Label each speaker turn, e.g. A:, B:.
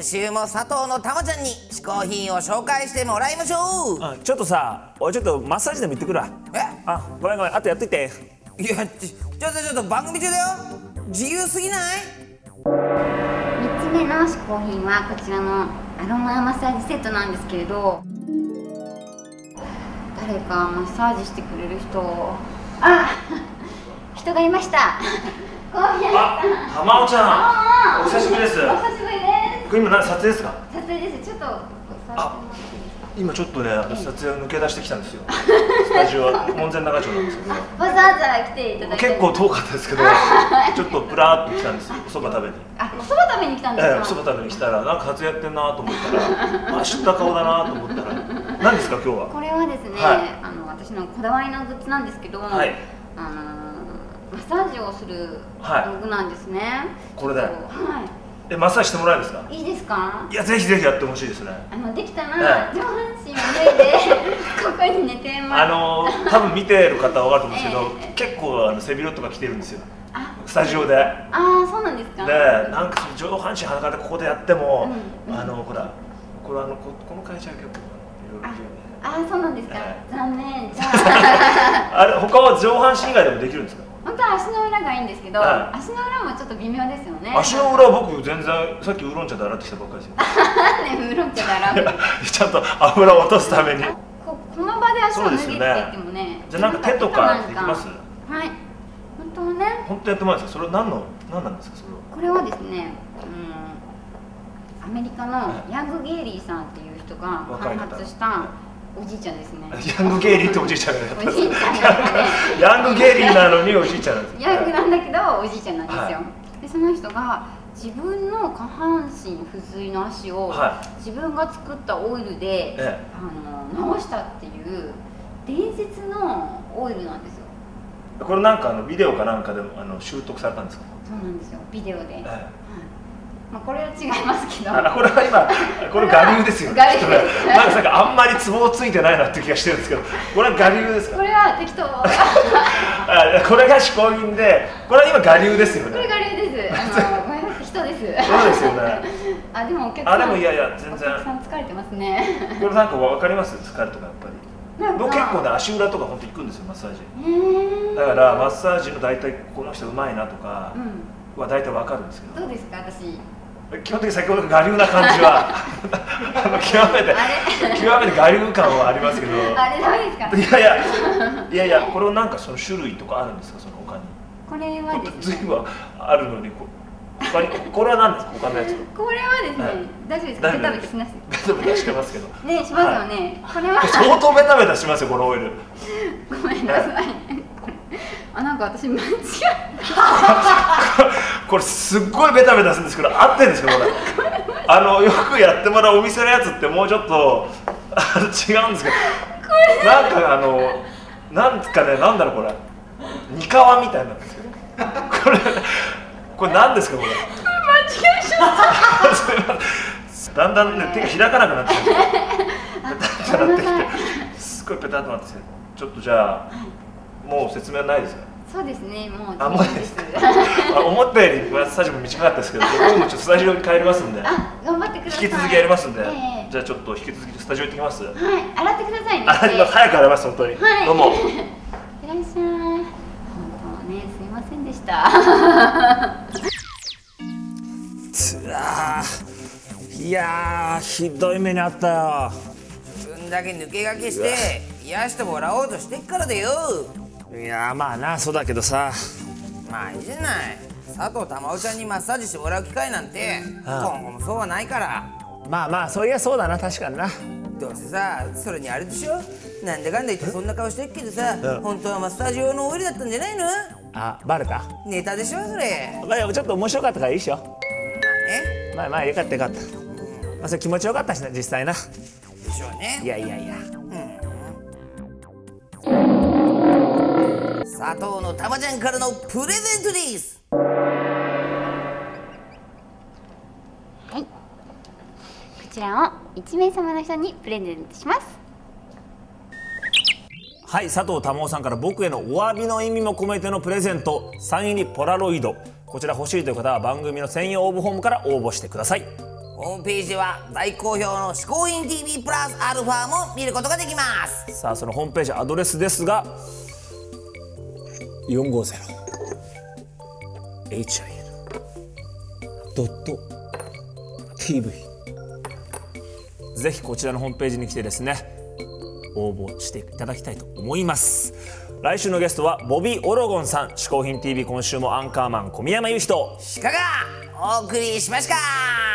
A: 週も佐藤のたまちゃんに嗜好品を紹介してもらいましょう
B: うんちょっとさ俺ちょっとマッサージでも行ってくるわ
A: え
B: あごめんごめんあとやっといて
A: いやちちょっとちょっと番組中だよ自由すぎない
C: 3つ目の嗜好品はこちらのアロママッサージセットなんですけれど誰かマッサージしてくれる人あ人がいました小宮さん
B: たまおちゃお
C: お
B: 久しぶりです
C: お久しぶりです
B: 今何撮影ですか
C: 撮影ですちょっと
B: あ
C: お座りしてもらっていいですか
B: 今ちょっとね撮影を抜け出してきたんですよスタジオは門前仲町なんですけど
C: わざわざ来ていただいて
B: 結構遠かったですけどちょっとプラーっと来たんですよおそば食べに
C: あおそば食べに来たんです
B: ええ
C: か、
B: おそば食べに来たらなんか活躍やってんなと思ったらあ知った顔だなと思ったら何ですか今日は
C: これはですね、
B: はい
C: あの私のこだわりのグッズなんですけど、
B: はい
C: あのマッサージをする
B: はい
C: 道具なんですね、
B: これだよ
C: は
B: えマッサージしてもらえるんですか
C: いいいですか
B: いやぜひぜひやってほしいですね
C: あのできた
B: は
C: ら
B: い
C: 上半身を脱いで ここに寝てます
B: あのー多分見てる方は分かると思うんですけど、
C: え
B: 結構あの背広とか着てるんですよ
C: あ
B: スタジオでで
C: あーそうなんですか
B: なんかその上半身裸でここでやっても、
C: うん
B: あのほらこれあのここの会社は結構いろいろいるよね
C: あーそうなんですか、
B: え
C: 残念じゃ あ
B: あれ他は上半身以外でもできるんですか
C: 本当は足の裏がいいんですけど、
B: は
C: 足の裏もちょっと微妙ですよね
B: 足の裏僕全然さっきウーロン茶で洗ってきたばっかりです よ
C: なんでウーロン茶で洗うの
B: ちゃんと油を落とすために
C: ここの場で足を脱げって言ってもね
B: じゃあなんか手とかできます
C: はい本当はね
B: 本当やってもらうんですよそれ何の何なんですかそれは
C: これはですね、うん、アメリカのヤング・ゲイリーさんっていう人が
B: 若い
C: 開
B: 方
C: 発したおじいちゃんですね
B: ヤングゲイリーっておじいちゃんがやった
C: おじいちゃんなんだね
B: ヤングゲイリーなのにおじいちゃんなんです
C: ヤングなんだけどおじいちゃんなんですよ、
B: は
C: でその人が自分の下半身不随の足を、
B: は
C: 自分が作ったオイルで、
B: え
C: あの直したっていう伝説のオイルなんですよ
B: いこれなんかあのビデオかなんかでもあの習得されたんですか、
C: そうなんですよビデオで、はい
B: え
C: まあ、これは違いますけ
B: え
C: ど
B: あこれは今これ我流ですよ
C: 我流
B: ちょっとねなんかなんかあんまりツボをついてないなっていう気がしてるんですけどこれは我流です
C: こ
B: か
C: れは 適当
B: あこれが嗜好品でこれは今我流ですよ
C: これ
B: ね
C: が理由ですあのごめんなさい人です
B: そうですよね
C: あでもお客さ
B: あ
C: ん
B: でもいやいや全
C: お
B: 然
C: 客さん疲れてますね
B: これなんか分かります疲れとかやっぱり
C: なんか
B: 僕結構ね足裏とか本当行くんですよマッサージ
C: へー
B: だからマッサージの大体この人うまいなとか
C: うん
B: は大体分かるんですけど
C: どうですか私
B: 基本的に先ほどの我流な感じ はあの極めて
C: あれ
B: 極めて我流感はありますけど
C: あれダメですか
B: いやいやいやいやこれなんかその種類とかあるんですかその他に
C: これはです
B: 随
C: ね
B: 分あるのにこ他にこれは何ですか他のやつ
C: これはですね、
B: はい
C: 大丈夫ですか
B: 大
C: ベ
B: 丈
C: タ
B: 夫
C: ベ
B: で
C: タ
B: す
C: します
B: ベタベタしてますけど
C: ねしますよね、これは
B: 相当ベタベタしますよこのオイル
C: ごめんなさいあなんか私間違え
B: これすっごいベタベタするんですけど合ってるんですかこれあのよくやってもらうお店のやつってもうちょっとあの違うんですけどなんかあのなんですかねなんだろうこれニカワみたいなんですけどこれこれ何ですかこれ
C: た間違えちゃっ
B: すいませんだんだんね手が開かなくなってきてベ タ
C: たご
B: ベタなんっ
C: めな
B: て
C: さい
B: きてすっごいペタッとなってきてちょっとじゃあもう説明はないですよ
C: そうですねもう
B: あもう
C: 十分
B: ですあ思ったよりマッサージも短かったですけど僕もちょっとスタジオに帰りますんで
C: あ頑張ってください
B: 引き続きやりますんで、
C: ええ
B: じゃあちょっと引き続きスタジオ行ってきます。
C: はい洗ってくださいね
B: あ、今早く洗います本当に。
C: はい
B: どうも。
C: いらっしゃい本当ねすいませんでした
B: つらいやーひどい目にあったよ。
A: ぶんだけ抜け駆けして癒してもらおうとしてっからだよ
B: いやーまあなそうだけどさ。
A: まあいいじゃない佐藤珠緒ちゃんにマッサージしてもらう機会なんて
B: ああ
A: 今後もそうはないから
B: まあまあそういやそうだな確かにな。
A: どうせさそれにあれでしょなんだかんだ言ってそんな顔してるけどさ
B: うん
A: 本当はマッサージ用のオイルだったんじゃないの
B: あバレた？
A: ネタでしょそれ
B: まあちょっと面白かったからいいっしょ。
A: え
B: まあまあよかったよかった。まあそれ気持ちよかったしな実際な。
A: でしょう
B: い
A: ね
B: やいやいや。
A: 佐藤のたまちゃんからのプレゼントです
C: はいこちらを1名様の人にプレゼントします
B: はい佐藤珠緒さんから僕へのお詫びの意味も込めてのプレゼントサイン入りポラロイドこちら欲しいという方は番組の専用応募フォームから応募してください
A: ホームページは大好評の「嗜好品 TV プラスアルファ」も見ることができます
D: さあそのホームページアドレスですが4 5 0 h i n ドット TV ぜひこちらのホームページに来てですね応募していただきたいと思います来週のゲストはボビー・オロゴンさん「嗜好品 TV」今週もアンカーマン小宮山雄飛と
A: 鹿がお送りしました